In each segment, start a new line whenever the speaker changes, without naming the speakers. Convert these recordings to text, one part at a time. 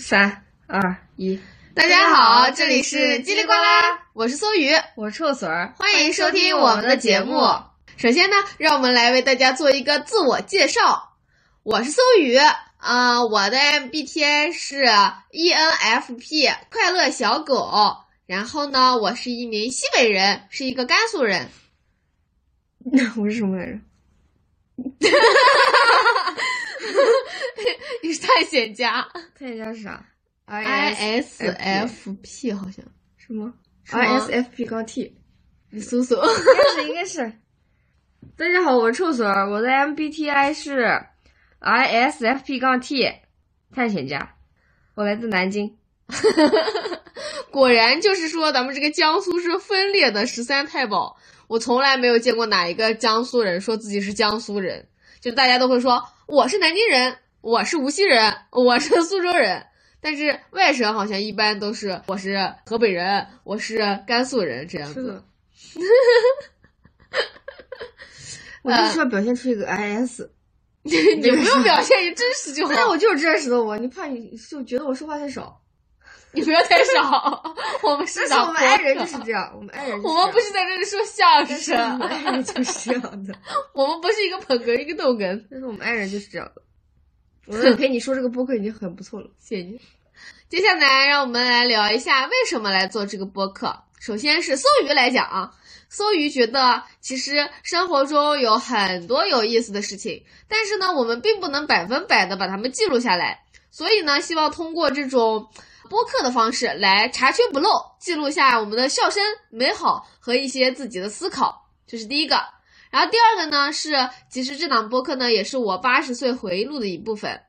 三二一，
大家好，这里是叽里呱啦，我是梭鱼，
我是臭水儿，
欢迎收听我们的节目。首先呢，让我们来为大家做一个自我介绍，我是梭鱼，啊、我的 MBTI 是 E ENFP 快乐 小狗，然后呢，我是一名西北人，是一个甘肃人，
我是什么来着？
你是探险家
看一下是啥
，ISFP 好像
什么
是吗
ISFP 杠 T，应
你搜搜，
该是应该是。大家好，我是臭水儿，我的 MBTI 是 ISFP 杠 T，探险家，我来自南京。
果然就是说，咱们这个江苏是分裂的十三太保。我从来没有见过哪一个江苏人说自己是江苏人，就大家都会说我是南京人，我是无锡人，我是苏州人。但是外省好像一般都是我是河北人，我是甘肃人这样子。，
我就是要表现出一个 IS，
你不用表现你真实就
但
好，
我就是真实的我，你怕你就觉得我说话太少。
你不要太 少。我们是
但是
脑
我们爱人
壳
就是这样，我们爱人就是
我
这样
们不是在这里说相
但是啊我们，
声
爱人就是这样的，
我们不是一个捧哏一个逗哏。
但是我们爱人就是这样的。我 能陪你说这个播客已经很不错了。
谢谢你。接下来，让我们来聊一下为什么来做这个播客。首先是搜鱼来讲啊，搜鱼觉得其实生活中有很多有意思的事情，但是呢，我们并不能百分百的把它们记录下来，所以呢，希望通过这种播客的方式来查缺补漏，记录下我们的笑声、美好和一些自己的思考，这是第一个。然后第二个呢是，其实这档播客呢也是我八十岁回忆录的一部分。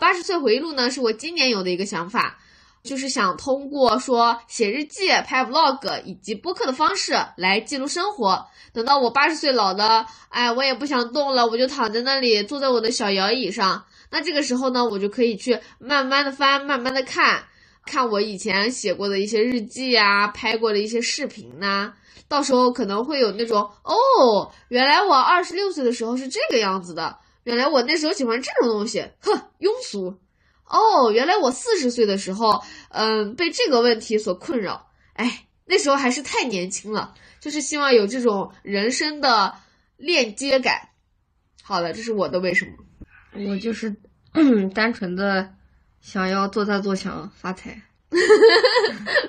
八十岁回忆录呢，是我今年有的一个想法，就是想通过说写日记、拍 vlog 以及播客的方式来记录生活。等到我八十岁老了，哎，我也不想动了，我就躺在那里，坐在我的小摇椅上。那这个时候呢，我就可以去慢慢的翻，慢慢的看，看我以前写过的一些日记啊，拍过的一些视频呐、到时候可能会有那种哦，原来我二十六岁的时候是这个样子的，原来我那时候喜欢这种东西，哼，庸俗。哦，原来我四十岁的时候，嗯，被这个问题所困扰。哎，那时候还是太年轻了，就是希望有这种人生的链接感。好了，这是我的为什么。
我就是 单纯的想要做大做强发财。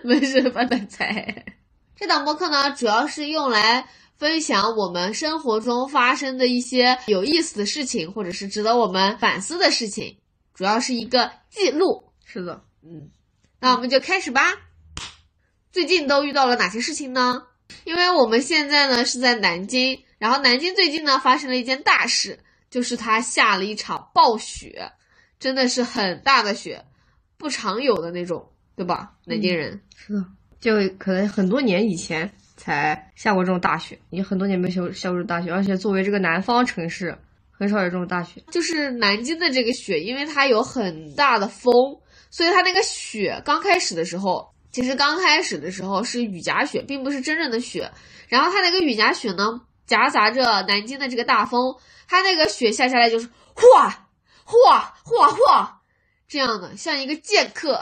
没事，发大财。 这档播客呢，主要是用来分享我们生活中发生的一些有意思的事情，或者是值得我们反思的事情，主要是一个记录。
是的，
嗯，那我们就开始吧。最近都遇到了哪些事情呢？因为我们现在呢是在南京，然后南京最近呢发生了一件大事，就是它下了一场暴雪，真的是很大的雪，不常有的那种，对吧？南京人，
是的，就可能很多年以前才下过这种大雪，已经很多年没下下过这种大雪，而且作为这个南方城市，很少有这种大雪。
就是南京的这个雪，因为它有很大的风，所以它那个雪刚开始的时候，其实刚开始的时候是雨夹雪，并不是真正的雪。然后它那个雨夹雪呢，夹杂着南京的这个大风，它那个雪下下来就是哗哗哗哗这样的，像一个剑客。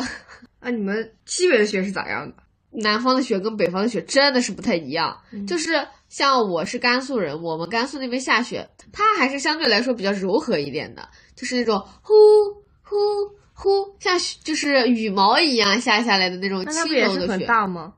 那、你们西北的雪是咋样的？
南方的雪跟北方的雪真的是不太一样，
嗯
就是像我是甘肃人，我们甘肃那边下雪，它还是相对来说比较柔和一点的，就是那种呼呼呼，像雪就是羽毛一样下下来的那种
那它不
轻
也
柔
是
的
很
雪，
大吗？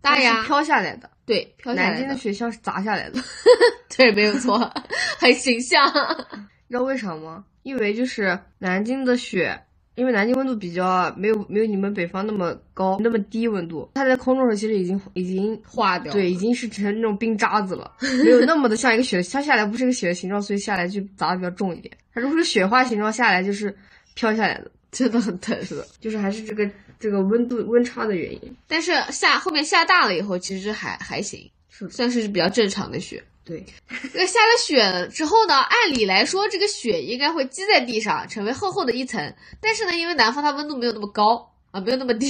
大
它
呀
是，飘下来的。
对，飘下
南
来
京的
的，
雪像是砸下来的，
对，没有错， 很形象，
你知道为啥吗？因为就是南京的雪，因为南京温度比较没有没有你们北方那么高那么低温度，它在空中的时候其实已经已经
化掉，
对，已经是成那种冰渣子了，没有那么的像一个雪。它下来不是一个雪的形状，所以下来就砸的比较重一点。它如果是雪花形状下来，就是飘下来的，
真的很疼。
就是还是这个这个温度温差的原因。
但是下后面下大了以后，其实还还行，
是的，
算是比较正常的雪。
对，
这个下了雪之后呢，按理来说这个雪应该会积在地上，成为厚厚的一层。但是呢，因为南方它温度没有 那么高啊，没有那么低，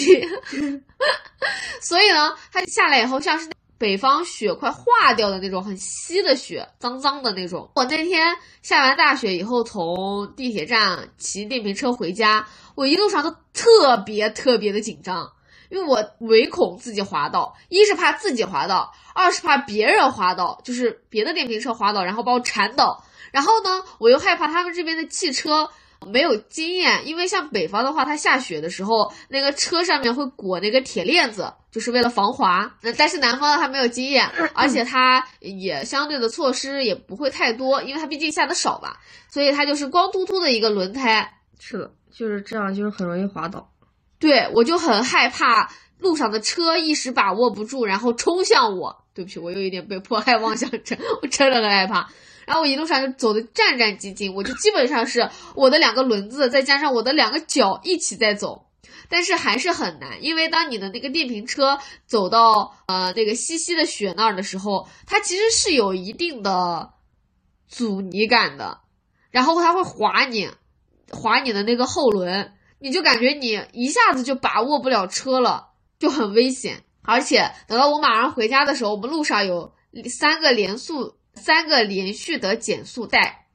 所以呢，它下来以后像是北方雪快化掉的那种很稀的雪，脏脏的那种。我那天下完大雪以后，从地铁站骑电瓶车回家，我一路上都特别特别的紧张，因为我唯恐自己滑倒，一是怕自己滑倒，二是怕别人滑倒，就是别的电瓶车滑倒，然后把我铲倒。然后呢，我又害怕他们这边的汽车没有经验，因为像北方的话，它下雪的时候，那个车上面会裹那个铁链子，就是为了防滑。那但是南方的他没有经验，而且他也相对的措施也不会太多，因为他毕竟下的少吧，所以它就是光秃秃的一个轮胎。
是的，就是这样，就是很容易滑倒。
对我就很害怕路上的车一时把握不住，然后冲向我。对不起，我有一点被迫害妄想症，我真的很害怕。然后我一路上就走的战战兢兢，我就基本上是我的两个轮子再加上我的两个脚一起在走，但是还是很难，因为当你的那个电瓶车走到呃那个稀稀的雪那儿的时候，它其实是有一定的阻尼感的，然后它会划你，划你的那个后轮，你就感觉你一下子就把握不了车了，就很危险。而且等到我马上回家的时候，我们路上有三个连速、三个连续的减速带，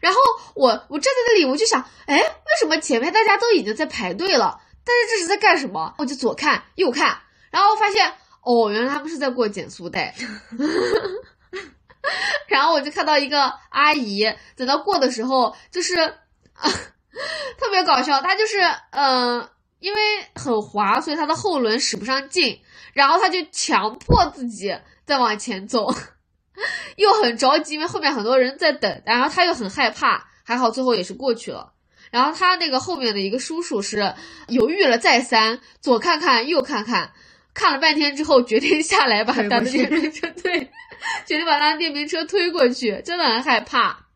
然后我我站在那里，我就想，哎，为什么前面大家都已经在排队了？但是这是在干什么？我就左看右看，然后发现哦，原来他们是在过减速带。 然后我就看到一个阿姨，等到过的时候，就是啊， 特别搞笑，她就是嗯。呃因为很滑，所以它的后轮使不上劲，然后他就强迫自己再往前走， 又很着急，因为后面很多人在等，然后他又很害怕，还好最后也是过去了。然后他那个后面的一个叔叔是犹豫了再三，左看看右看看，看了半天之后决定下来把他的电瓶车 推，决定把他的电瓶车推过去，真的很害怕。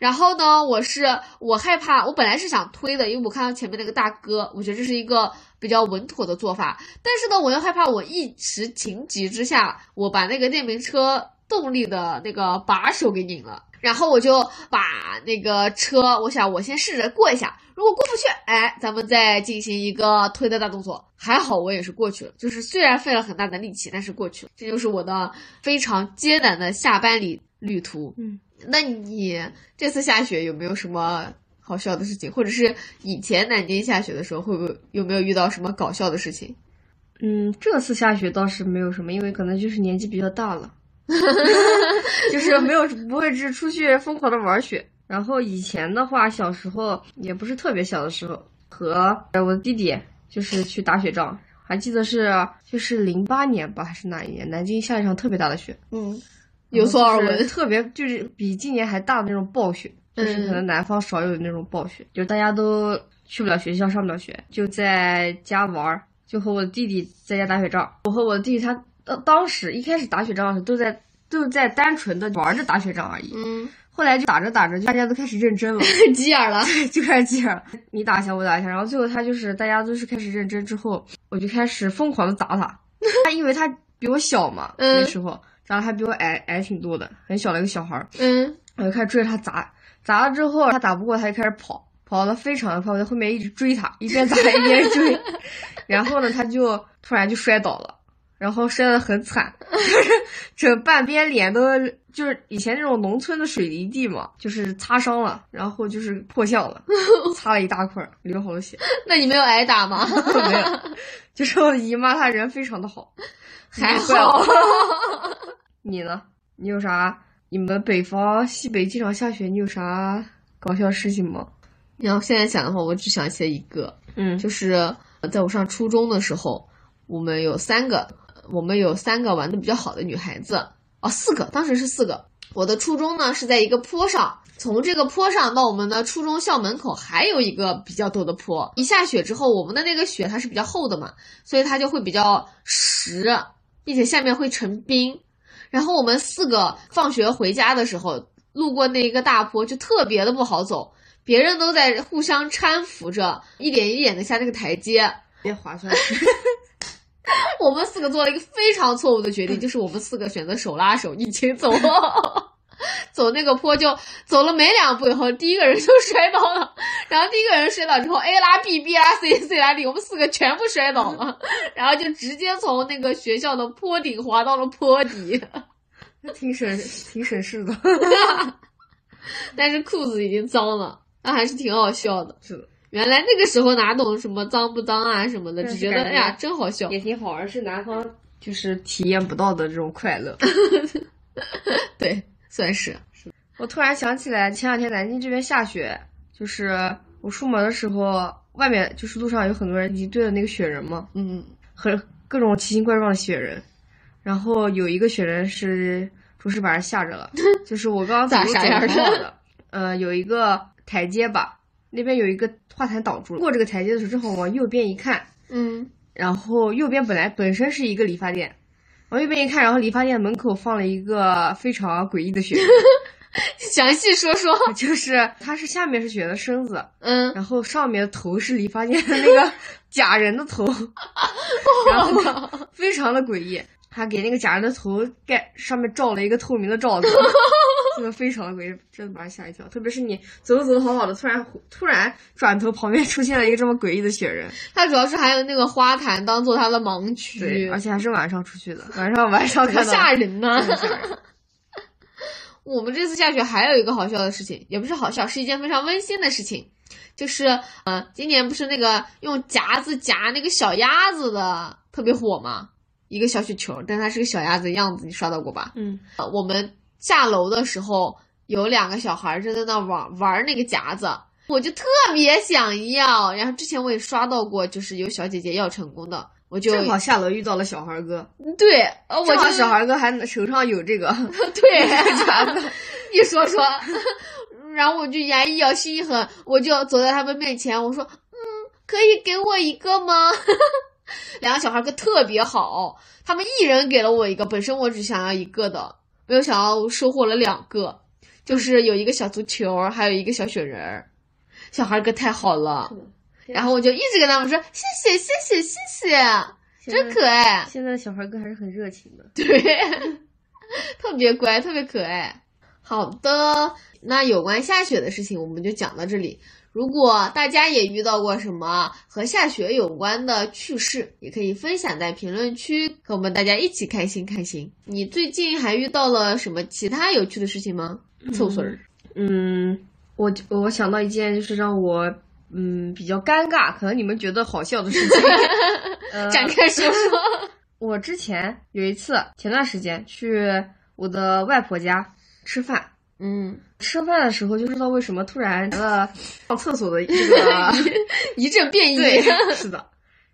然后呢，我是我害怕，我本来是想推的，因为我看到前面那个大哥，我觉得这是一个比较稳妥的做法。但是呢，我又害怕我一时情急之下，我把那个电瓶车动力的那个把手给拧了，然后我就把那个车，我想我先试着过一下，如果过不去，哎，咱们再进行一个推的大动作。还好我也是过去了，就是虽然费了很大的力气，但是过去了。这就是我的非常艰难的下班旅旅途。
嗯。
那你这次下雪有没有什么好笑的事情，或者是以前南京下雪的时候，会不会有没有遇到什么搞笑的事情？
嗯，这次下雪倒是没有什么，因为可能就是年纪比较大了，就是没有不会是出去疯狂的玩雪。然后以前的话，小时候也不是特别小的时候，和呃我的弟弟就是去打雪仗，还记得是就是零八年吧，还是哪一年？南京下一场特别大的雪，
嗯，有所耳
就是
闻。嗯
特别就是比今年还大的那种暴雪，就是可能南方少有的那种暴雪，就是大家都去不了学校，上不了学，就在家玩儿，就和我弟弟在家打雪仗。我和我弟弟他当、当时一开始打雪仗的时候都在都在单纯的玩着打雪仗而已，
嗯，
后来就打着打着，就大家都开始认真了。
急眼了。
就开始记着你打一下，我打一下，然后最后他就是大家都是开始认真之后，我就开始疯狂的打他，他因为他比我小嘛，
嗯
那时候，然后他比我矮矮挺多的，很小的一个小孩儿，
嗯
我就开始追着他砸，砸了之后他打不过，他就开始跑，跑的非常的快，我在后面一直追他，一边砸一边追， 然后呢他就突然就摔倒了，然后摔得很惨， 就是整半边脸都就是以前那种农村的水泥地嘛，就是擦伤了，然后就是破相了，擦了一大块儿，流好多血，
那你没有挨打吗？
没有， 就是我姨妈她人非常的好，啊
还好。
你呢？你有啥？你们北方西北经常下雪，你有啥搞笑事情吗？
然后现在想的话，我只想起了一个，
嗯
就是在我上初中的时候，我们有三个，我们有三个玩的比较好的女孩子，哦，四个，当时是四个。我的初中呢是在一个坡上，从这个坡上到我们的初中校门口还有一个比较陡的坡。一下雪之后，我们的那个雪它是比较厚的嘛，所以它就会比较实，并且下面会成冰。然后我们四个放学回家的时候，路过那一个大坡就特别的不好走，别人都在互相搀扶着，一点一点的下那个台阶。
别划算。
我们
嗯
四个做了一个非常错误的决定，就是我们四个选择手拉手一起走， 走那个坡就走了没两步以后，第一个人就摔倒了，然后第一个人摔倒之后，A 拉 B，B 拉 C，C 拉 D，我们四个全部摔倒 了，然后就直接从那个学校的坡顶滑到了坡底，
挺省挺省事的。
但是裤子已经脏了，那还是挺好笑的。
是的，
原来那个时候哪懂什么脏不脏啊什么的，
但
只
是
觉得
感觉
哎呀真好 笑。
也挺好，而是南方就是体验不到的这种快乐。
对，算是
我突然想起来，前两天南京这边下雪，就是我出门的时候，外面就是路上有很多人已经堆了那个雪人嘛，
嗯，
和各种奇形怪状的雪人。然后有一个雪人是着实把人吓 着了，就是我刚刚走
咋
路
啥
走
样
得
儿
好好的，呃，有一个台阶吧，那边有一个花坛挡住了。过这个台阶的时候，正好往右边一看，
嗯，
然后右边本来本身是一个理发店，往右边一看，然后理发店门口放了一个非常诡异的雪人，
详细说说。
就是它是下面是雪人的身子，
嗯，
然后上面的头是理发店的那个 假人的头，然后 非常的诡异，还给那个假人的头盖上面罩了一个透明的罩子，真的非常的诡异，真的把人吓一跳。特别是你走着走着好好的，突然突然转头旁边出现了一个这么诡异的雪人，
它主要是还有那个花坛当做它的盲
对，
区
而，且还是晚上出去的，晚上晚上
好
看到
吓人呐、
真的 吓人嗯
我们这次下雪还有一个好笑的事情，也不是好笑，是一件非常温馨的事情，就是呃，今年不是那个用夹子夹那个小鸭子的特别火嘛，一个小雪球，但它是个小鸭子的样子，你刷到过吧？
嗯，
下楼的时候，有两个小孩儿正在那玩玩那个夹子，我就特别想要。然后之前我也刷到过，就是有小姐姐要成功的，我就
正好下楼遇到了小孩哥，
对，呃我
正好
就
小孩哥还手上有这个，
对， 一说说，然后我就牙一咬，心一狠，我就走到他们面前，我说：“嗯，可以给我一个吗？” 两个小孩哥特别好，他们一人给了我一个，本身我只想要一个的，没有想到收获了两个，就是有一个小足球，还有一个小雪人儿。小孩哥太好了
是的，
然后我就一直跟他们说谢谢谢谢谢谢，真可爱。
现在的小孩哥还是很热情的。
对， 特别乖，特别可爱。好的，那有关下雪的事情我们就讲到这里。如果大家也遇到过什么和下雪有关的趣事，也可以分享在评论区，和我们大家一起开心开心。你最近还遇到了什么其他有趣的事情吗？凑水儿，
嗯，我我想到一件就是让我嗯比较尴尬，可能你们觉得好笑的事 情。呃
展开 说说。
我之前有一次，前段时间去我的外婆家吃饭，
嗯，
吃饭的时候就不知道为什么突然来了上厕所的这 个
一阵变异。
对，是的。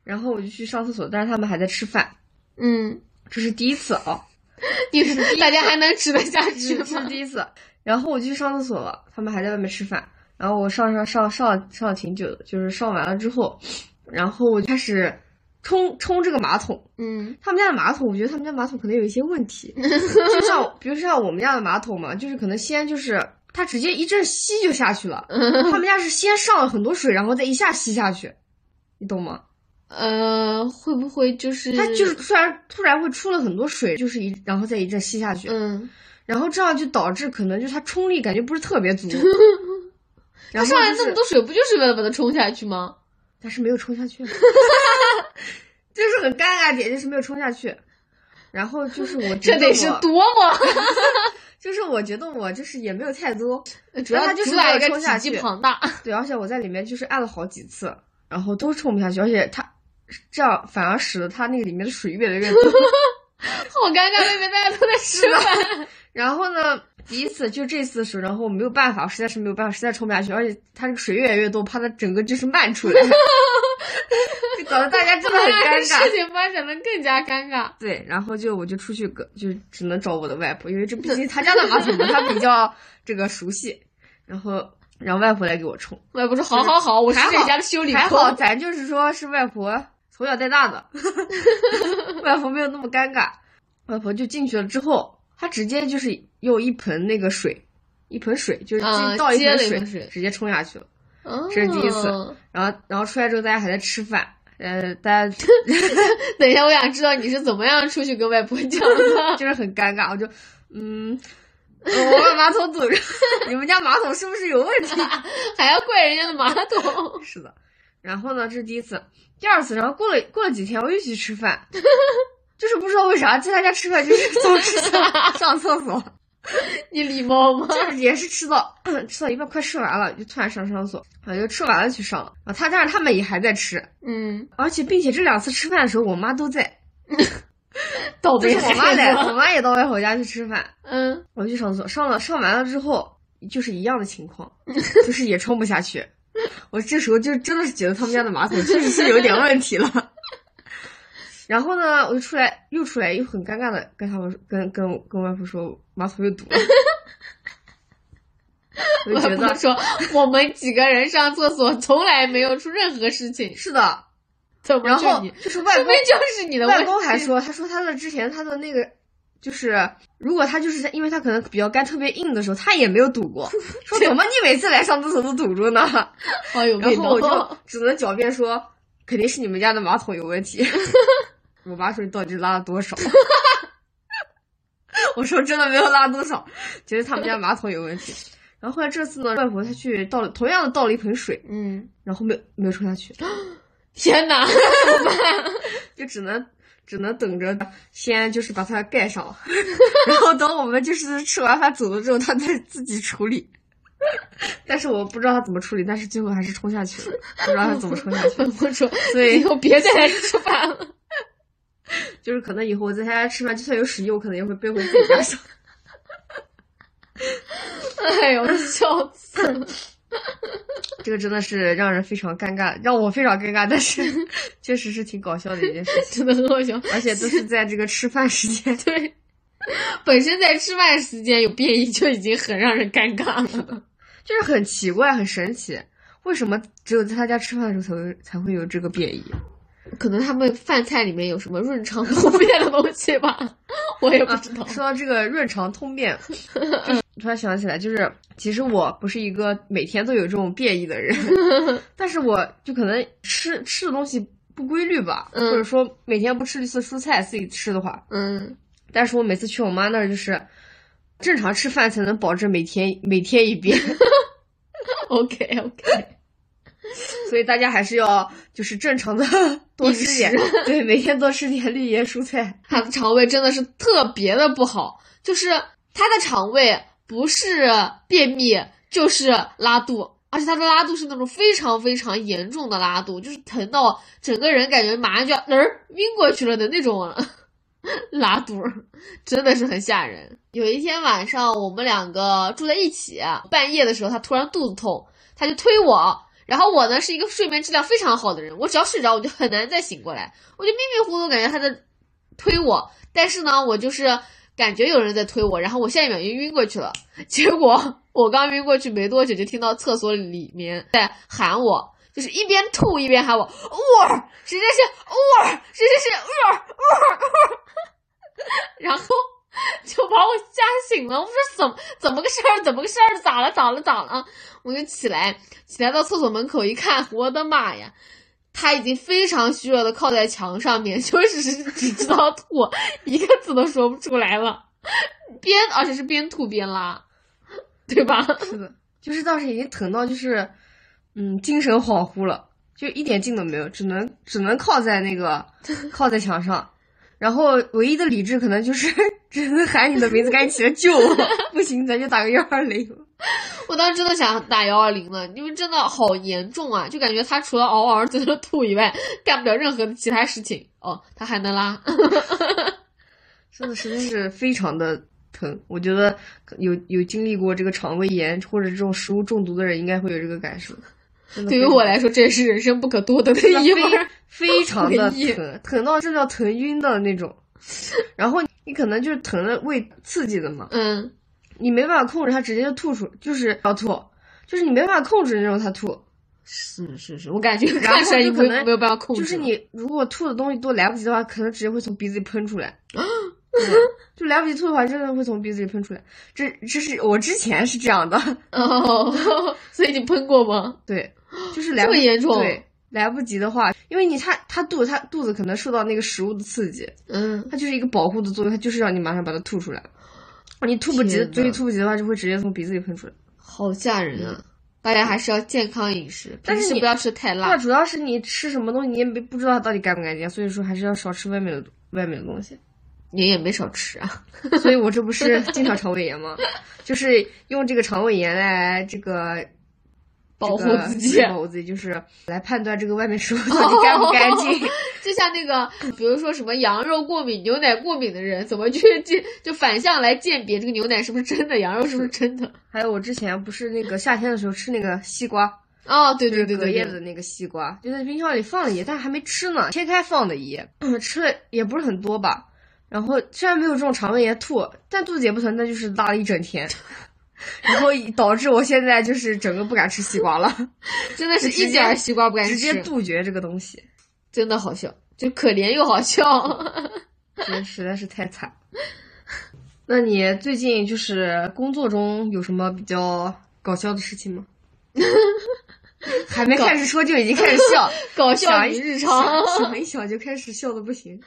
然后我就去上厕所，但是他们还在吃饭，
嗯，
这是第一次啊，
你大家还能吃得下 去
这 是
吗？
第一次。然后我就去上厕所了，他们还在外面吃饭。然后我上上上上上挺久的，就是上完了之后，然后我就开始冲冲这个马桶。
嗯
他们家的马桶，我觉得他们家马桶可能有一些问题，就像比如说像我们家的马桶嘛，就是可能先就是它直接一阵吸就下去了，他们家是先上了很多水，然后再一下吸下去，你懂吗？
呃，会不会就是
它就是突然突然会出了很多水，就是一然后再一阵吸下去，
嗯。
然后这样就导致可能就是它冲力感觉不是特 别足，然
它
后、
上来
就
这么
是
多水，不就是为了把它冲下去吗？
但是没有冲下 去，就是很尴尬点就是没有冲下去，然后就是我觉
这得
我
是多么，
就是我觉得我就是也没有太多，
主要
它就是
主打
为了
一个
冲下
体积
去
庞大。
对，而且我在里面就是按了好几次，然后都冲不下去，而且它这样反而使得它那个里面的水越来越多。
好尴尬，外面大家都在 吃饭。
然后呢，第一次就这次的时候，然后我没有办法，实在是没有办法，实在冲不下去，而且它这个水越来越多，怕它整个就是漫出来，就搞得大家真的很尴
事
尬。
情发展的更加尴尬。
对，然后就我就出去跟就只能找我的外婆，因为这毕竟她家的马桶嘛，她比较这个熟悉，然后让外婆来给我冲。
外婆说：“好好好，哎我是这家的修理
还好
工。
咱就是说是外婆从小带大 的，外婆没有那么尴尬。外婆就进去了之后，她直接就是用一盆那个水，一盆水就是
啊
进倒一
接
盆
了一
水，
盆水
直接冲下去了。
哦”
这是第一次然后，然后出来之后大家还在吃饭，呃，大 家
等一下，我想知道你是怎么样出去跟外婆讲的。
就是很尴尬，我就嗯。我把马桶堵上， 你们家马桶是不是有问题？
还要怪人家的马桶。
是的。然后呢，这是第一次，第二次，然后过了过了几天，我又去吃饭，就是不知道为啥在他家吃饭就是总是想上厕所，
你礼貌吗？
就是也是吃到 吃到一半快吃完了，就突然上上厕所，啊，就吃完了去上了啊。他但是他们也还在吃，
嗯，
而且并且这两次吃饭的时候，我妈都在，
倒
就
霉
是我妈 在，
孩
我
子
妈也到外婆家去吃饭，
嗯，
我去上厕所，上了上完了之后，就是一样的情 况，就是也冲不下去。我这时候就真的是觉得他们家的马桶确实是有点问题了。 然后呢，我就出来，又出来，又很尴尬的跟他们说跟跟我跟外婆说马桶又堵 了，我就觉
我
得
不说我们几个人上厕所从来没有出任何事情，
是的。
怎么
然
就
后
你
就是外
哦这
公
边就是你的问
外
题
公还说，他说他的之前他的那个就是，如果他就是在，因为他可能比较干特别硬的时候，他也没有堵过。说怎么你每次来上厕所都堵住呢？
好哦有
然
味
后我
道
就。只能狡辩说，肯定是你们家的马桶有问题。我妈说你到底拉了多少？ 我说真的没有拉多少，觉得他们家马桶有问题。然后后来这次呢，外婆她去倒了同样的倒了一盆水，
嗯，
然后没有没有冲下去，
天哪，
就只能只能等着先就是把它盖上， 然后等我们就是吃完饭走了之后，他再自己处理。 但是我不知道他怎么处理，但是最后还是冲下去了，不知道他怎么冲下去的。
外公说
所以
以后别再来吃饭 了。
就是可能以后我在他家吃饭，就算有屎意，我可能也会背回自己家上。
哎呦，笑死了！
这个真的是让人非常尴尬，让我非常尴尬，但是确实是挺搞笑的一件事情，
真的很好笑。
而且都是在这个吃饭时间。
对，本身在吃饭时间有变异就已经很让人尴尬了。
就是很奇怪，很神奇，为什么只有在他家吃饭的时候才会才会有这个变异？啊
可能他们饭菜里面有什么润肠通便的东西吧， 啊我也不知道。
说到这个润肠通便，就是突然想起来，就是其实我不是一个每天都有这种变异 的人，但是我就可能吃吃的东西不规律吧，
嗯
或者说每天不吃绿色蔬菜，自己吃的话，
嗯，
但是我每次去我妈那儿就是正常吃饭才能保证每天每天一 遍，
OK OK，
所以大家还是要就是正常的 多吃点
饮，
对，每天多吃点绿叶蔬菜。
他的肠胃真的是特别的不好，就是他的肠胃不是便秘就是拉肚，而且他的拉肚是那种非常非常严重的拉肚，就是疼到整个人感觉马上就要人晕过去了的那种 拉肚儿，真的是很吓人。有一天晚上我们两个住在一起，半夜的时候他突然肚子痛，他就推我。然后我呢是一个睡眠质量非常好的人，我只要睡着我就很难再醒过来，我就迷迷糊糊感觉他在推我，但是呢，我就是感觉有人在推我，然后我下一秒就晕过去了。 结果我刚晕过去没多久，就听到厕所里面在喊我，就是一边吐一边喊我，呜儿，谁谁谁，呜儿，谁谁谁，呜儿，呜儿， 呜儿，然后。就把我吓醒了，我说怎么怎么个事儿，怎么个事儿，咋了咋了咋了？我就起来，起来到厕所门口一看，我的妈呀，他已经非常虚弱的靠在墙上面， 就是只知道吐， 一个字都说不出来了，边而且是边吐边拉，对吧？
是的，就是当时已经疼到就是，嗯，精神恍惚了，就一点劲都没有，只能只能靠在那个靠在墙上，然后唯一的理智可能就是 只能喊你的名字，赶紧起来救我， 不行咱就打个幺二零。
我当时真的想打幺二零了，因为真的好严重啊，就感觉他除了嗷嗷在那吐以外，干不了任何其他事情。哦，他还能拉，
真的实在是非常的疼。我觉得有有经历过这个肠胃炎或者这种食物中毒的人，应该会有这个感受。真的
对于
非
我来说，这也是人生不可多得的
真的
一
非
会儿。
非常的
回忆
疼， 疼到真的要疼晕的那种。然后你可能就是疼的胃刺激的嘛，
嗯，
你没办法控制它，直接就吐出，就是要吐，就是你没办法控制那种它吐。
是是是，我感觉
然后
看起来
就
你
可
没
能
有没有办法控制
就
了，
是你如果吐的东西都来不及的话，可能直接会从鼻子里喷出 来。对就来不及吐的话，真的会从鼻子里喷出来。这这是我之前是这样的，
哦， 所以你喷过吗？
对，就是来
这
不
么
及
严重？
对，来不及的话，因为你它它肚它肚子可能受到那个食物的刺激，
嗯，
它就是一个保护的作用，它就是让你马上把它吐出来。你吐不及
天，哪
嘴里吐不及的话，就会直接从鼻子里喷出来。
好吓人啊！大家还是要健康饮食，
嗯但是
平时
你
不要吃太
那
辣。
主要是你吃什么东西，你也没不知道它到底干不干净，所以说还是要少吃外面的外面的东西。
你也没少吃啊，
所以我这不是经常肠胃炎吗？就是用这个肠胃炎来这个
保护
这个
自己。
保护自己就是来判断这个外面食物到底干不干 净。
就像那个，比如说什么羊肉过敏、牛奶过敏的人，怎么去鉴就反向来鉴别这个牛奶是不是真的，羊肉是不是真的？
还有我之前不是那个夏天的时候吃那个西瓜，
哦，对
就
对
是
对
隔
对
夜
对，
的那个西瓜，就在冰箱里放了一夜，但还没吃呢，切开放的一夜， 嗯吃了也不是很多吧。然后虽然没有这种肠胃炎吐，但肚子也不疼，但就是拉了一整 天，然后导致我现在就是整个不敢吃西瓜了，
真的是
直接
一点儿西瓜不敢吃，
直接杜绝这个东西。
真的好笑，就可怜又好笑。
这实在是太惨 了。那你最近就是工作中有什么比较搞笑的事情 吗？还没开始说就已经开始笑，
搞笑
想
与
一
日常。
想想一想就开始笑的不行。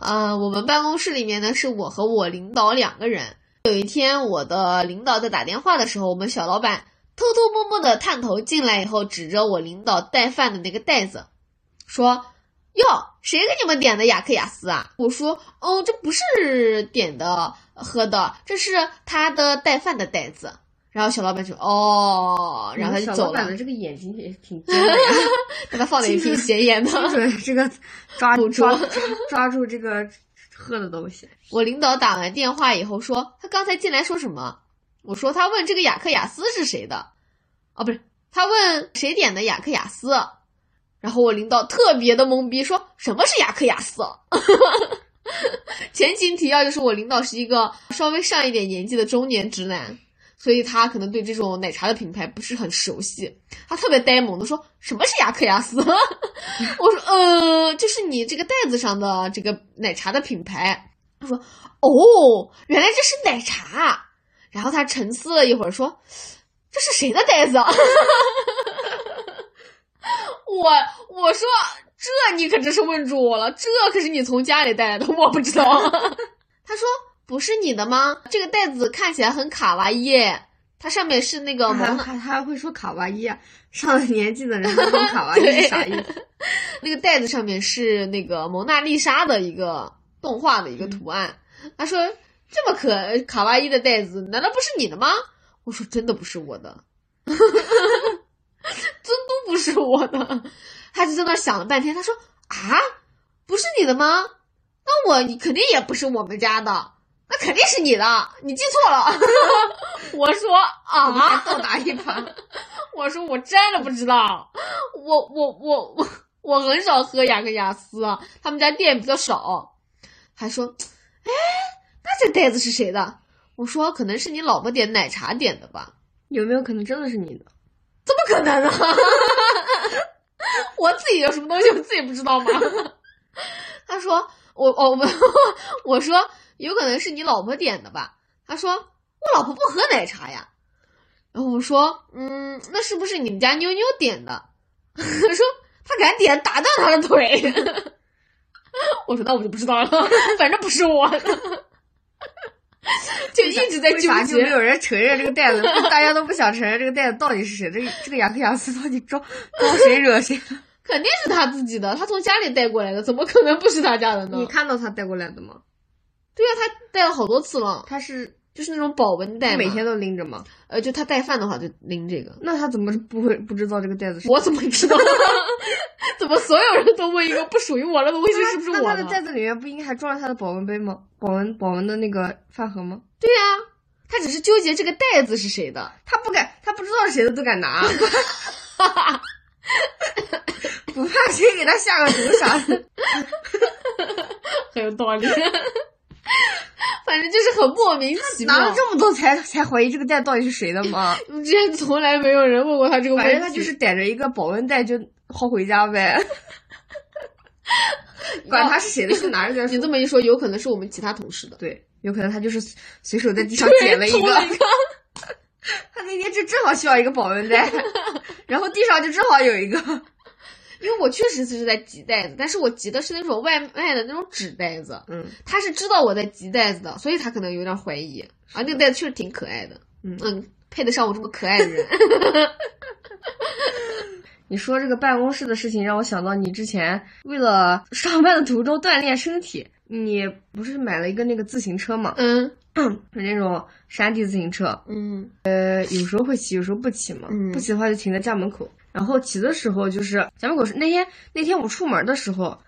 呃，我们办公室里面呢是我和我领导两个人。有一天，我的领导在打电话的时候，我们小老板偷偷摸摸的探头进来以后，指着我领导带饭的那个袋子，说：“哟，谁给你们点的雅克雅思啊？”我说：“哦，这不是点的喝的，这是他的带饭的袋子。”然后小老板就哦，然后他
你
就
们嗯小
走
老板
了
的，这个眼睛也挺尖 的，
给他放了一瓶 显眼的。
对这 个抓
捕
住
捉
抓抓住这个喝的东西。
我领导打完电话以后说，他刚才进来说什么？我说他问这个雅克雅思是谁的，哦，不是，他问谁点的雅克雅思。然后我领导特别的懵逼，说什么是雅克雅思？ 前情提要就是我领导是一个稍微上一点年纪的中年直男，所以他可能对这种奶茶的品牌不是很熟悉。他特别呆萌的说什么是雅克雅思？ 我说呃，就是你这个袋子上的这个奶茶的品牌。他说哦，原来这是奶茶。然后他沉思了一会儿，说：“这是谁的袋子啊？” 我我说这你可真是问住我了，这可是你从家里带来的，我不知道。 他说不是你的吗？这个袋子看起来很卡哇伊耶，它上面是那个
他
蒙娜
还他还会说卡哇伊啊，上了年纪的人都说卡哇伊是啥意思？
那个袋子上面是那个蒙娜丽莎的一个动画的一个图案。他说：“这么可呃卡哇伊的袋子，难道不是你的吗？”我说：“真的不是我的， 真都不是我的。”他就在那想了半天，他说：“啊，不是你的吗？那我你肯定也不是我们家的，那肯定是你的，你记错了。” 我说：“啊，
我们还倒打一耙。
我说我真的不知道，我我我我我很少喝雅克雅思，啊，他们家店比较少。还说，哎，那这袋子是谁的？我说可能是你老婆点奶茶点的吧？
有没有可能真的是你的？
怎么可能啊！我自己有什么东西我自己不知道吗？ 他说我哦我我我说有可能是你老婆点的吧？他说我老婆不喝奶茶呀。然后我说嗯，那是不是你们家妞妞点的？ 他说他敢点，打断他的腿。 我说那我就不知道了，反正不是我的， 就一直在
为
纠
啥就
结
没。有人承认这个袋子？大家都不想承认这个袋子到底是谁？这个这个雅克雅思到底招招谁惹谁了？
肯定是他自己的，他从家里带过来的，怎么可能不是他家的呢
你？看到他带过来的吗？
对呀、他带了好多次了，
他是
就是那种保温袋嘛。
每天都拎着吗？
呃，就他带饭的话就拎这个，
那他怎么不会不知道这个袋子是？
我怎么知 道？怎么所有人都问一个不属于我的东西是不是
啊那
我
他的袋子里面不应该还装着他的保温杯吗？保温保温的那个饭盒吗？
对呀、他只是纠结这个袋子是谁的。
他不敢，他不知道是谁的都敢拿， 不怕谁给他下个毒啥的。
很有道理。 反正就是很莫名其妙。
拿了这么多才才怀疑这个袋到底是谁的吗？
之前从来没有人问过他这个问
反
题，
正他就是逮着一个保温袋就薅回家呗， 管他是谁的，去哪儿再
你
说。
这么一说，有可能是我们其他同事 的。
对，有可能他就是随手在地上
对，
捡了一
偷
个，
了一个，
他那天就正好需要一个保温袋，然后地上就正好有一个。
因为我确实是在急袋子，但是我急的是那种外卖的那种纸袋子，
嗯
他是知道我在急袋子的，所以他可能有点怀疑啊。那个袋子确实挺可爱的，
嗯
嗯，配得上我这么可爱的人。
你说这个办公室的事情，让我想到你之前为了 上班的途中锻炼身体，你不是买了一个那个自行车嘛，
嗯
是那种山地自行车，
嗯
呃，有时候会骑，有时候不骑嘛。
嗯
不骑的话就停在家门口。然后骑的时候就是家门口是那天那天我出门的时候，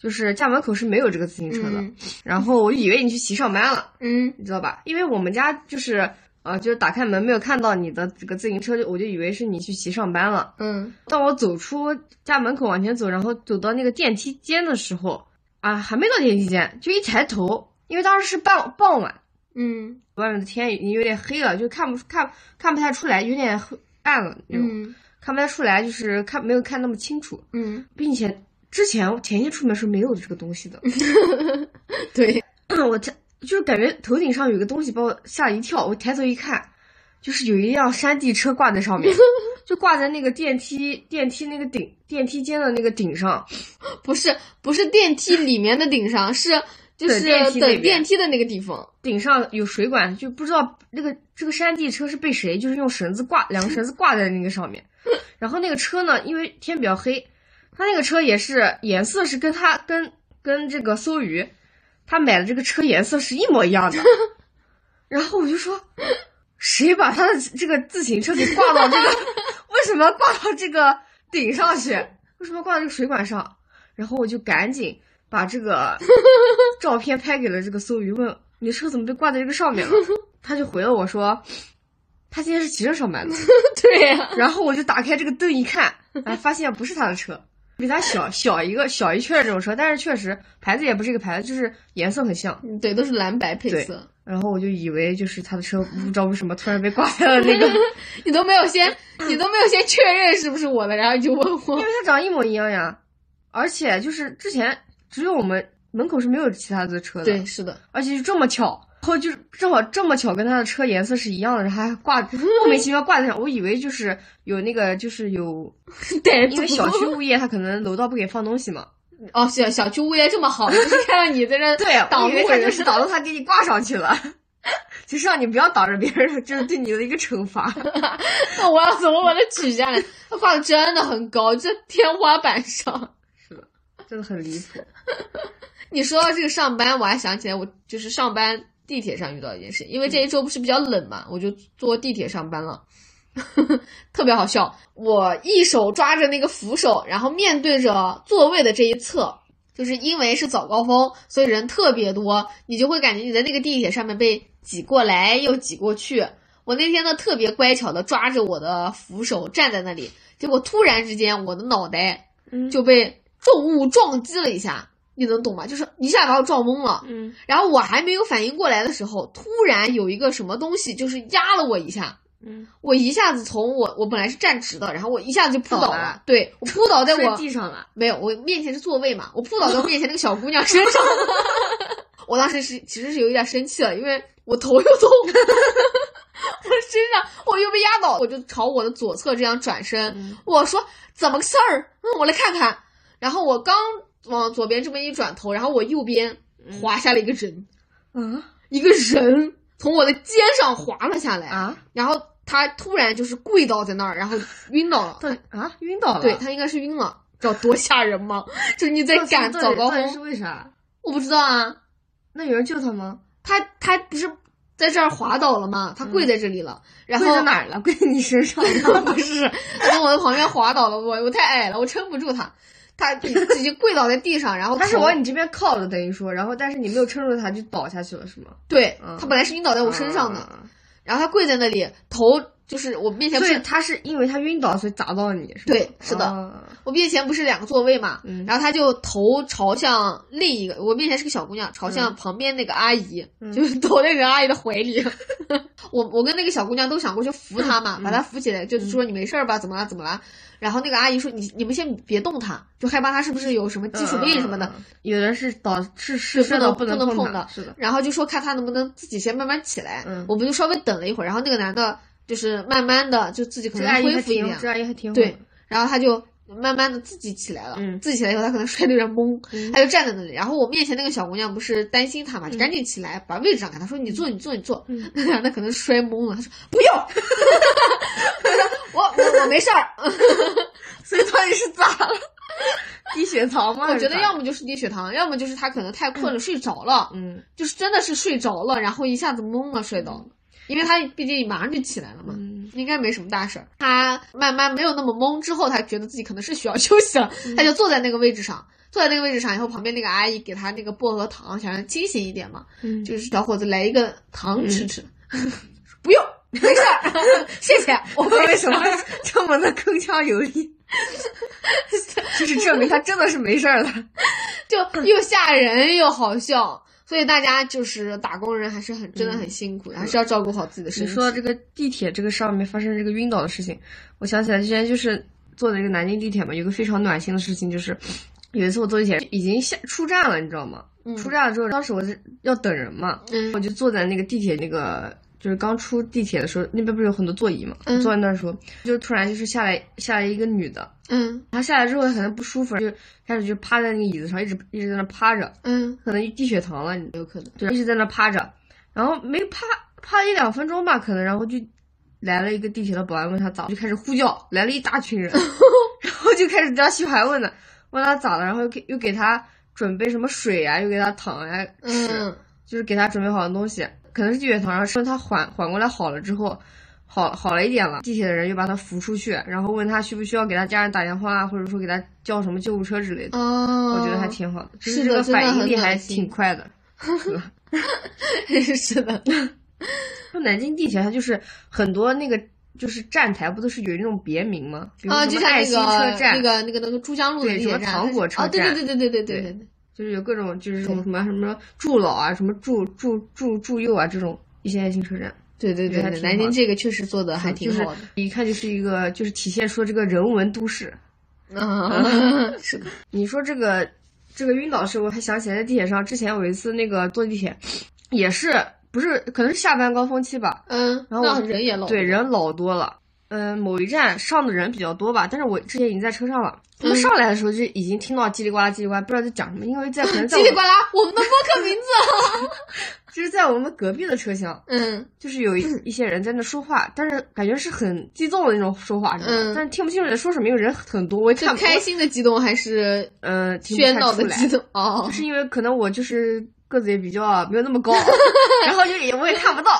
就是家门口是没有这个自行车的。
嗯
然后我就以为你去骑上班了，
嗯
你知道吧？因为我们家就是呃，就是打开门没有看到你的这个自行车，就我就以为是你去骑上班了。
嗯
当我走出家门口往前走，然后走到那个电梯间的时候，啊，还没到电梯间，就一抬头，因为当时是傍傍晚，
嗯
外面的天已经有点黑了，就看不看看不太出来，有点黑暗了那种，
嗯
看不太出来，就是看没有看那么清楚，
嗯，
并且之前前天出门是没有这个东西的，啊
对，
我这就是感觉头顶上有个东西把我吓了一跳，我抬头一看，就是有一辆山地车挂在上面，就挂在那个电梯电梯那个顶电梯间的那个顶上，
不是不是电梯里面的顶上， 是就是
等电梯那
等
边
电梯的那个 地方。
顶上有水管，就不知道那个这个山地车是被谁，就是用绳子挂两个绳子挂在那个上面。然后那个车呢，因为天比较黑，他那个车也是颜色是跟他跟跟这个搜鱼，他买的这个车颜色是一模一样的。然后我就说，谁把他的这个自行车给挂到这个，为什么要挂到这个顶上去？为什么要挂到这个水管上？然后我就赶紧把这个照片拍给了这个搜鱼，问你的车怎么被挂在这个上面了？他就回了我说，他今天是骑车上班的。
对呀、
然后我就打开这个灯一看，哎，发现不是他的车，比他小小一个小一圈的这种车，但是确实牌子也不是一个牌子，就是颜色很像。
嗯对，都是蓝白配
对
色。
然后我就以为就是他的车，不知道为什么突然被挂在了 那个，嗯因为
你都没有先，你都没有先确认是不是我的，然后你就问我。
它长得一模一样呀。而且就是之前只有我们门口是没有其他的车的，
对，，是的，
而且就这么巧，然后就是正好这么巧跟他的车颜色是一样的，然后还挂莫名其妙挂在上，我以为就是有那个就是有，
对，
因为小区物业他可能楼道不给放东西嘛。
哦，小小区物业这么好，就是看到你在这
对，啊
挡
我以为
路
他就
人
是挡到他给你挂上去了， 就是让你不要挡着别人，这是对你的一个惩罚。
那 我要怎么把它取下来？它挂的真的很高，就在天花板上。
真的很离谱。
你说到这个上班，我还想起来，我就是上班地铁上遇到一件事，因为这一周不是比较冷嘛，我就坐地铁上班了， 特别好笑。我一手抓着那个扶手，然后面对着座位的这一侧，就是因为是早高峰，所以人特别多，你就会感觉你在那个地铁上面被挤过来又挤过去。我那天呢特别乖巧的抓着我的扶手站在那里，结果突然之间我的脑袋
嗯
就被重物撞击了一下，你能懂吗？就是一下把我撞懵了。
嗯
然后我还没有反应过来的时候，突然有一个什么东西就是压了我一下，
嗯，
我一下子从我我本来是站直的，然后我一下子就扑倒
倒
了
了，
对我扑倒在
摔
我
地上了。
没有，我面前是座位嘛，我扑倒在面前那个 小姑娘身上。我当时是其实是有一点生气了，因为我头又痛， 我身上我又被压倒，我就朝我的左侧这样转身，
嗯
我说怎么个事儿？嗯，我来看看。然后我刚往左边这么一转头，然后我右边滑下了一个人，
啊
一个人从我的肩上滑了下来，
啊，
然后他突然就是跪倒在那儿，然后晕倒了。
到底啊晕倒了。
对他应该是晕了，知道多吓人吗？就是你在
到底
赶
到底
早高
到底是
峰，
为啥？
我不知道啊。
那有人救他吗？
他他不是在这儿滑倒了吗？他跪在这里了，然
嗯
后
跪在哪儿了？跪在你身上了。
不是，他从我的旁边滑倒了，我我太矮了，我撑不住他， 他直接跪倒在地上，然后
他是
头
往你这边靠着，等于说，然后但是你没有撑住他，就倒下去了，是吗？
对
嗯
他本来是晕倒在我身上的，
啊，
然后他跪在那里，头就是我面前不
所以
是
他是因为他晕倒，所以砸到你，是吗？
对是的
啊
我面前不是两个座位嘛，
嗯
然后他就头朝向另一个，我面前是个小姑娘，朝向旁边那个阿姨，
嗯
就是 躲在那个阿姨的怀里。 我我跟那个小姑娘都想过去扶她
嗯
嘛，把她扶起来，就是说你没事儿吧，怎么了怎么了？然后那个阿姨说你你们先别动她，就害怕她是不是有什么基础病什么的。
嗯，嗯嗯有的是导是是
不
摔
能
倒不
不能
碰
碰
它
的
是的，
然后就说看她能不能自己先慢慢起来。
嗯
我们就稍微等了一会儿，然后那个男的就是慢慢的就自己可
这个
能
阿姨
恢
还
复一
挺，
点
这，个阿姨还挺好
对
的，
然后他就慢慢的自己起来了，
嗯
自己起来以后，他可能摔得有点懵，
嗯
他就站在那里。然后我面前那个小姑娘不是担心他嘛，就赶紧起来把位置让给他，说你坐，你坐，你坐。
嗯
那他可能摔懵了，他说不用， 我我我没事儿。
所以到底是咋了？低血糖吗？
我觉
还
得
是咋
要么就是低血糖，要么就是他可能太困了睡着了，
嗯
就是真的是睡着了，然后一下子懵了睡倒了，因为他毕竟马上就起来了嘛。
嗯
应该没什么大事儿。他慢慢没有那么懵之后，他觉得自己可能是需要休息了，
嗯
他就坐在那个位置上，坐在那个位置上以后，旁边那个阿姨给他那个薄荷糖，想让他清醒一点嘛，
嗯，
就是小伙子来一个糖吃吃， 不用，没事儿， 谢谢。
我们 为什么这么的铿锵有力？就是证明他真的是没事儿了。
就又吓人又好笑。所以大家就是打工人还是很真的很辛苦的，还是要照顾好自己的
嗯
身
你
体。
说到这个地铁这个上面发生这个晕倒的事情，我想起来之前就是坐的这个南京地铁嘛，有个非常暖心的事情，就是有一次我坐地铁已经下出站了，你知道吗？
嗯
出站了之后，当时我是要等人嘛，
嗯
我就坐在那个地铁那个。就是刚出地铁的时候，那边不是有很多座椅嘛？
嗯
坐在那儿说，就突然就是下来下来一个女的，
嗯
她下来之后她可能不舒服，就开始就趴在那个椅子上，一直一直在那趴着，
嗯，
可能低血糖了，你
有可能。
对，一直在那趴着，然后没趴趴一两分钟吧，可能，然后就来了一个地铁的保安，问他咋，就开始呼叫，来了一大群人，然后就开始对他嘘寒问暖，问他咋了，然后又给又给他准备什么水啊，又给他糖呀、吃，
嗯
就是给他准备好的东西，可能是低血糖，然后趁他缓缓过来好了之后。好好了一点了，地铁的人又把他扶出去，然后问他需不需要给他家人打电话，啊或者说给他叫什么救护车之类的。
哦，
我觉得还挺好的，只
是
这
的
个
真的
反应
很
力
暖
还
心
挺快的。
是的，
说南京地铁，它就是很多那个就是站台，不都是有那种别名吗？比如
啊，
什
就
么
像
爱
那
心
个
车站，
那个那个那个珠江路的
对
地
什
铁
么
站，
糖果车
啊，对
站
对对对对对对对，
就是有各种就是什么什么什么助老啊，什么助助助助幼啊这种一些爱心车站，
对对对
还
对，
挺
南
好
京
的
这个确实做的还挺
就是
好 的，
一看就是一个就是体现出这个人文都市。
啊， 是的，
你说这个这个晕倒的事，我还想起来在地铁上之前有一次那个坐地铁，也是不是可能是下班高峰期吧，
嗯，
然后我
那人也老，
对，，人老多了。嗯，某一站上的人比较多吧，但是我之前已经在车上了。他们
嗯
上来的时候就已经听到叽里呱啦、叽里呱啦，不知道在讲什么，因为在可能在
叽
我
里
们
呱啦，我们的播客名字，
就是在我们隔壁的车厢，
嗯
就是有一一些人在那说话，但是感觉是很激动的那种说话，
嗯
但是听不清楚在说什么，因为人很多，我也
是
看不
开心的激动还是
嗯、呃、听不太
喧闹的
出来
激动？哦，
是因为可能我就是个子也比较没有那么高，然后就也我也看不到，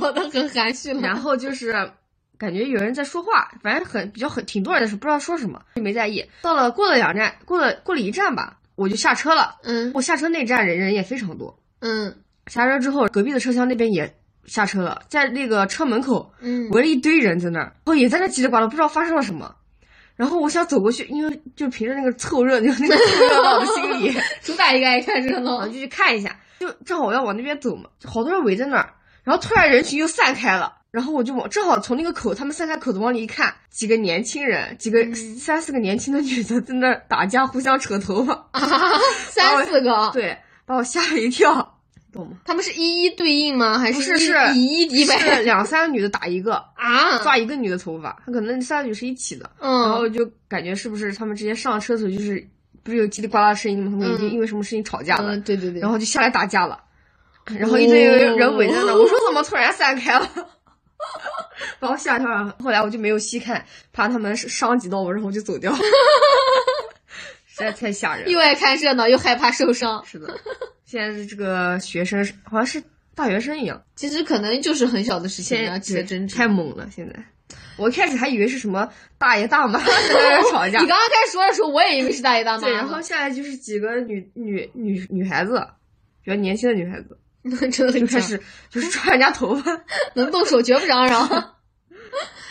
好的，很含蓄
然
了，
后就是感觉有人在说话，反正很比较很挺多人的时候，不知道说什么，就没在意。到了过了两站，过了过了一站吧，我就下车了。
嗯
我下车那站人人也非常多，
嗯
下车之后隔壁的车厢那边也下车了，在那个车门口
嗯，
围了一堆人在那儿，然后也在那叽里呱啦，不知道发生了什么。然后我想走过去，因为就凭着那个凑热闹、那个凑热闹的心理，
主打一个爱看热
我
闹
啊就，去看一下，就正好我要往那边走嘛，好多人围在那儿，然后突然人群又散开了，然后我就往正好从那个口，他们散开口子往里一看，几个年轻人，几个、
嗯
三四个年轻的女的在那儿打架，互相扯头发，
啊三四个，
哦对，把我吓了一跳，懂吗？
他们是一一对应吗？还
不
是
是是
以 一敌百
是两三个女的打一个，
啊？
抓一个女的头发，她可能三个女是一起的，然后
嗯
就感觉是不是他们之前上车的时候就是不是有叽里呱啦的声音吗？他们已经
嗯
因为什么事情吵架了，
嗯，对对哦对，
然后就下来打架了，然后一堆人围在那，我说怎么突然散开了，把我吓一跳。然后后来我就没有细看，怕他们伤及到我，然后我就走掉。 实在太吓人
又
了。
爱看热闹又害怕受伤。
是的，现在是这个学生是好像是大学生一样，
其实可能就是很小的事情，
现
你
在
要记得真挚。
太猛了。现在我一开始还以为是什么大爷大妈 在那儿吵
你
架
刚，刚开始说的时候，我也以为是大爷大妈
对，
呢，
然后下来就是几个女女女女孩子，比较年轻的女孩子，
真的
就
很
开
强，
始就是抓人家头发。
能动手绝不嚷嚷。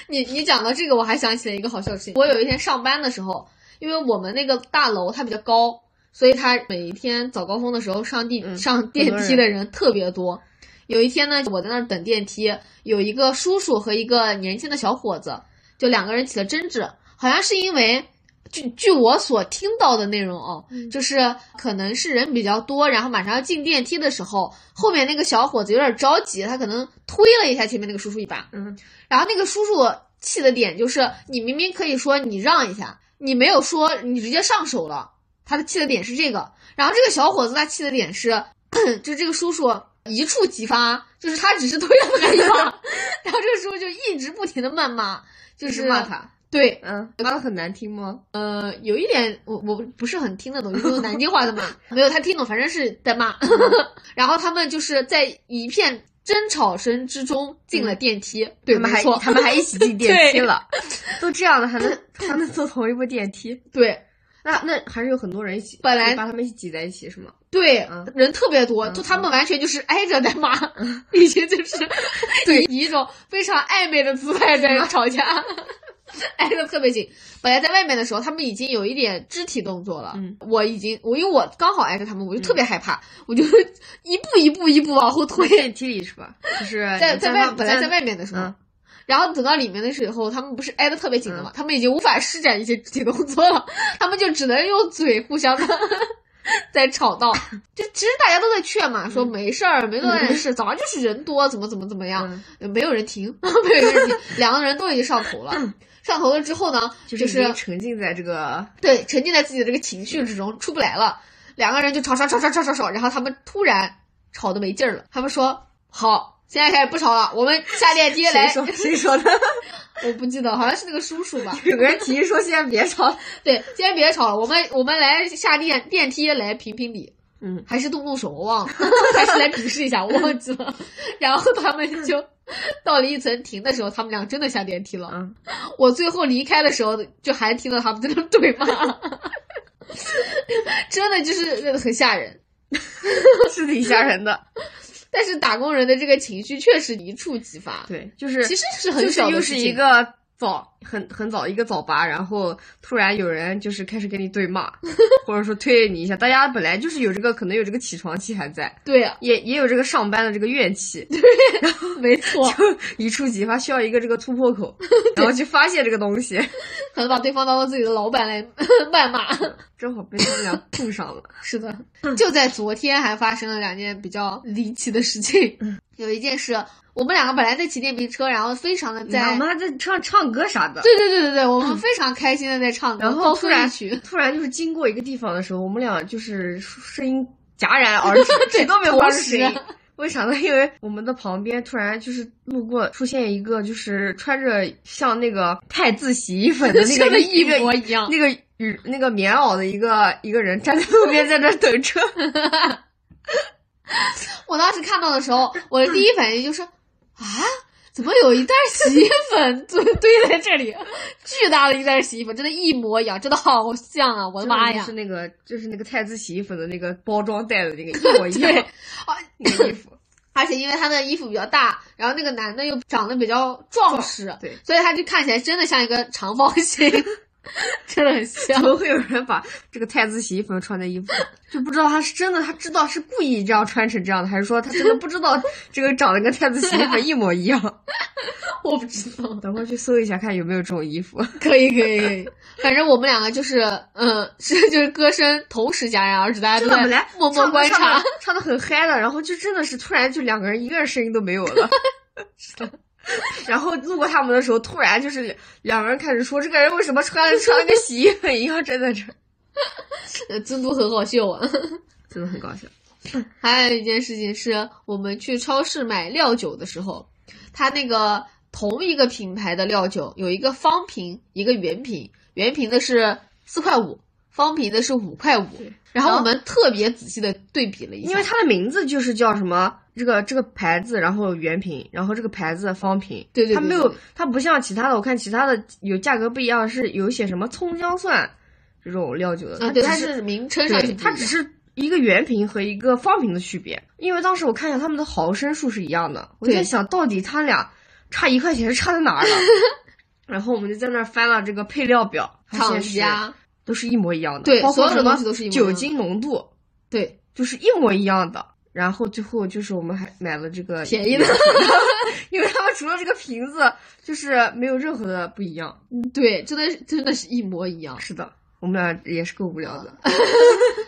你你讲到这个，我还想起了一个好笑的事情。我有一天上班的时候，因为我们那个大楼它比较高，所以它每一天早高峰的时候上地、
嗯
上
多
电梯
人
的人特别多。有一天呢，我在那儿等电梯，有一个叔叔和一个年轻的小伙子，就两个人起了争执，好像是因为。据据我所听到的内容哦，
嗯
就是可能是人比较多，然后马上要进电梯的时候，后面那个小伙子有点着急，他可能推了一下前面那个叔叔一把，
嗯
然后那个叔叔气的点就是，你明明可以说你让一下，你没有说你直接上手了，他的气的点是这个。然后这个小伙子他气的点是， 就这个叔叔一触即发，就是他只是推了他一把， 然后这个叔叔就一直不停的谩骂，
就
就
是是骂，他，
对，
嗯，骂的很难听吗？
呃，有一点我我不是很听得 懂，就是南京话的嘛，没有他听懂，反正是在骂。
嗯
然后他们就是在一片争吵声之中进了电梯，对，
他们还
没错，
他们还一起进电梯
对
了，都这样了还能还能坐同一部电梯？
对
那那还是有很多人一起，
本来
就把他们一起挤在一起是吗？
对、
嗯
人特别多，
嗯
就他们完全就是挨着在骂， 已 经就是对以一种非常暧昧的姿态
嗯
在吵架。挨得特别紧，本来在外面的时候，他们已经有一点肢体动作了。
嗯，
我已经我因为我刚好挨着他们，我就特别害怕，我就是 一步一步一步往后 推，
电梯里是吧？就是
在
你
在外
那
本来在外面的时候，
嗯
然后等到里面的时候，他们不是挨得特别紧的嘛，他们已经无法施展一些肢体动作了，他们就只能用嘴互 相的在吵闹。就其实大家都在劝嘛，
嗯
说没事儿，没多大点事，早上就是人多，怎么怎么怎么样，
嗯
没有人停， 没有人停，两个人都已经上头了。上头了之后呢，
嗯就
就是是
已经沉浸在这个
对，沉浸在自己的这个情绪之中，出不来了。两个人就吵吵吵吵吵吵吵，然后他们突然吵得没劲儿了。他们说：“好，现在开始不吵了，我们下电梯来
谁。说谁说的？
我不记得，好像是那个叔叔吧？
有个人提议说现在别吵了，
对，今天别吵了，我们我们来下电电梯来评评理，
嗯，
还是动动手，我忘了， 还是来比试一下，我忘记了。然后他们就到了一层停的时候，他们俩真的下电梯了。
嗯，
我最后离开的时候，就还听到他们在那对骂， 真的就是很吓人。
是挺吓人的。
但是打工人的这个情绪确实一触即发，
对，就是
其实是很
就是
小
又
的
是
事
一
情。
个早很很早一个早八，然后突然有人就是开始跟你对 骂，或者说推你一下。大家本来就是有这个可能有这个起床气还在，
对啊，
也也有这个上班的这个怨 气，
没错，
一触即发，需要一个这个突破口，然后去发泄这个东西。
可能把对方当做自己的老板来 谩骂。
正好被他们俩碰上了。
是的，
嗯
就在昨天还发生了两件比较离奇的事情。
嗯
有一件是我们两个本来在骑电瓶车，然后非常的
然后
在
我，们还在唱唱歌啥的。
对对对对对，我们非常开心的在唱歌，
嗯然
高
后突
歌
然
一 曲，，
突然就是经过一个地方的时候，我们俩就是声音戛然而止 谁都没有发出
同时
声音。为啥呢？因为我们的旁边突然就是路过出现一个就是穿着像那个汰渍洗衣粉的 那
真
个
的
一
一
个
模一样。
那个雨那个棉袄的一个一个人站在路边在那等车，
我当时看到的时候，我的第一反 应就是啊。怎么有一袋洗衣粉 堆堆在这里？巨大的一袋洗衣粉，真的，一模一样，真的好像啊！ 我的妈
就
呀
是！那个就是那个汰渍洗衣粉的那个包装袋的那个一模一样
对啊
那个衣服，
而且因为他的衣服比较大，然后那个男的又长得比较壮实，
对，
所以他就看起来真的像一个长方形，真的 很
怎
像。
么会有人把这个汰渍洗衣粉穿在衣服上？就不知道他是真的，他知道是故意这样穿成这样的，还是说他真的不知道这个长得跟汰渍洗衣粉一模一样？
我不知道，
等会儿去搜一下，看有没有这种衣服。
可以可以可以，反正我们两个就是，嗯， 是就是歌声同时戛然而止，大家
真
都
的本来
在默默观察
唱，唱的很嗨的，然后就真的是突然就两个人一个人声音都没有了。然后路过他们的时候，突然就是两个人开始说：“这个人为什么穿穿得跟洗衣粉一样站在这儿
呃尊嘟很好秀啊。？”
真的很搞笑。
还有一件事情是我们去超市买料酒的时候，它那个同一个品牌的料酒有一个方瓶，一个圆瓶，圆瓶的是四块五，方瓶的是五块五
对。然
然后
后
我们特别仔细的对比了一下，
因为它的名字就是叫什么这个这个牌子，然后圆瓶，然后这个牌子方瓶。
对对对
它没
对
有
对，
它不像其他的，我看其他的有价格不一样，是有写什么葱姜蒜这种料酒的。
啊，对，它
它只
是名称上去
对，
不一
它
样，
只是一个圆瓶和一个方瓶的区别。因为当时我看一下他们的毫升数是一样的，我就
对
在想到底他俩差一块钱是差在哪儿 了。然后我们就在那儿翻了这个配料表，发
厂
现是
家，
都是一模一样的，
对
包
所
括什
有的
么
东西都是一模一样
酒
的
精浓度。
对，
就是一模一样的。然后最后就是我们还买了这个
便宜的，
因为他们除了这个瓶子，就是没有任何的不一样。
对，真的是真的是一模一样，
是的，我们俩也是够无聊的。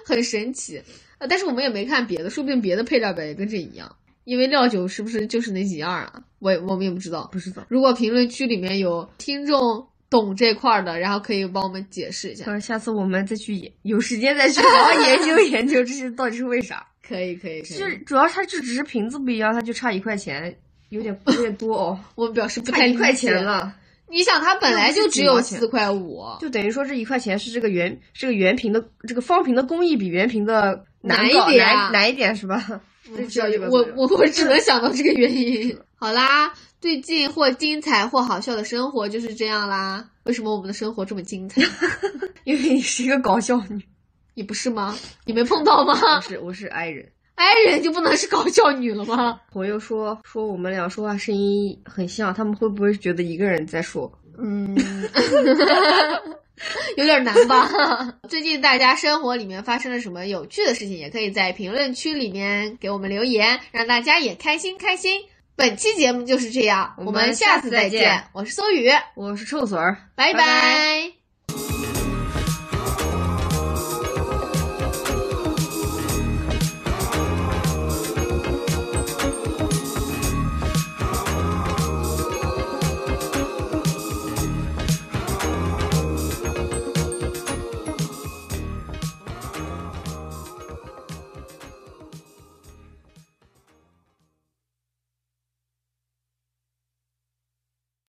很神奇。呃，但是我们也没看别的，说不定别的配料表也跟这一样，因为料酒是不是就是那几样啊？我也我们也不知道。
不知道，
如果评论区里面有听众懂这块儿的，然后可以帮我们解释一下。
等下次我们再去研，有时间再去好好研究研究这些到底是为啥。
可以可以可以，
就是主要它就只是瓶子不一样，它就差一块钱，有点有点多哦，
我表示不
差
太
一
理
块
解
钱。了，
你想，它本来就只有
又不是几毛
四块五，
就等于说这一块钱是这个圆这个圆瓶的这个方瓶的工艺比圆瓶的
难一
搞
点啊
难难一点是吧？就
我不
只
知道
有一个
我
左右
我我只能想到这个原因。好啦，最近或精彩或好笑的生活就是这样啦。为什么我们的生活这么精彩？
因为你是一个搞笑女，
你不是吗？你没碰到吗？
我是我是 i 人。
爱人就不能是搞笑女了吗？
朋友说说我们俩说话声音很像，他们会不会觉得一个人在说？
嗯，有点难吧。 最近大家生活里面发生了什么有趣的事情，也可以在评论区里面给我们留言，让大家也开心开心。本期节目就是这样，
我
我
们
下
下次
再
再见
我是邹宇，
我是臭嘴儿，
拜
拜拜
拜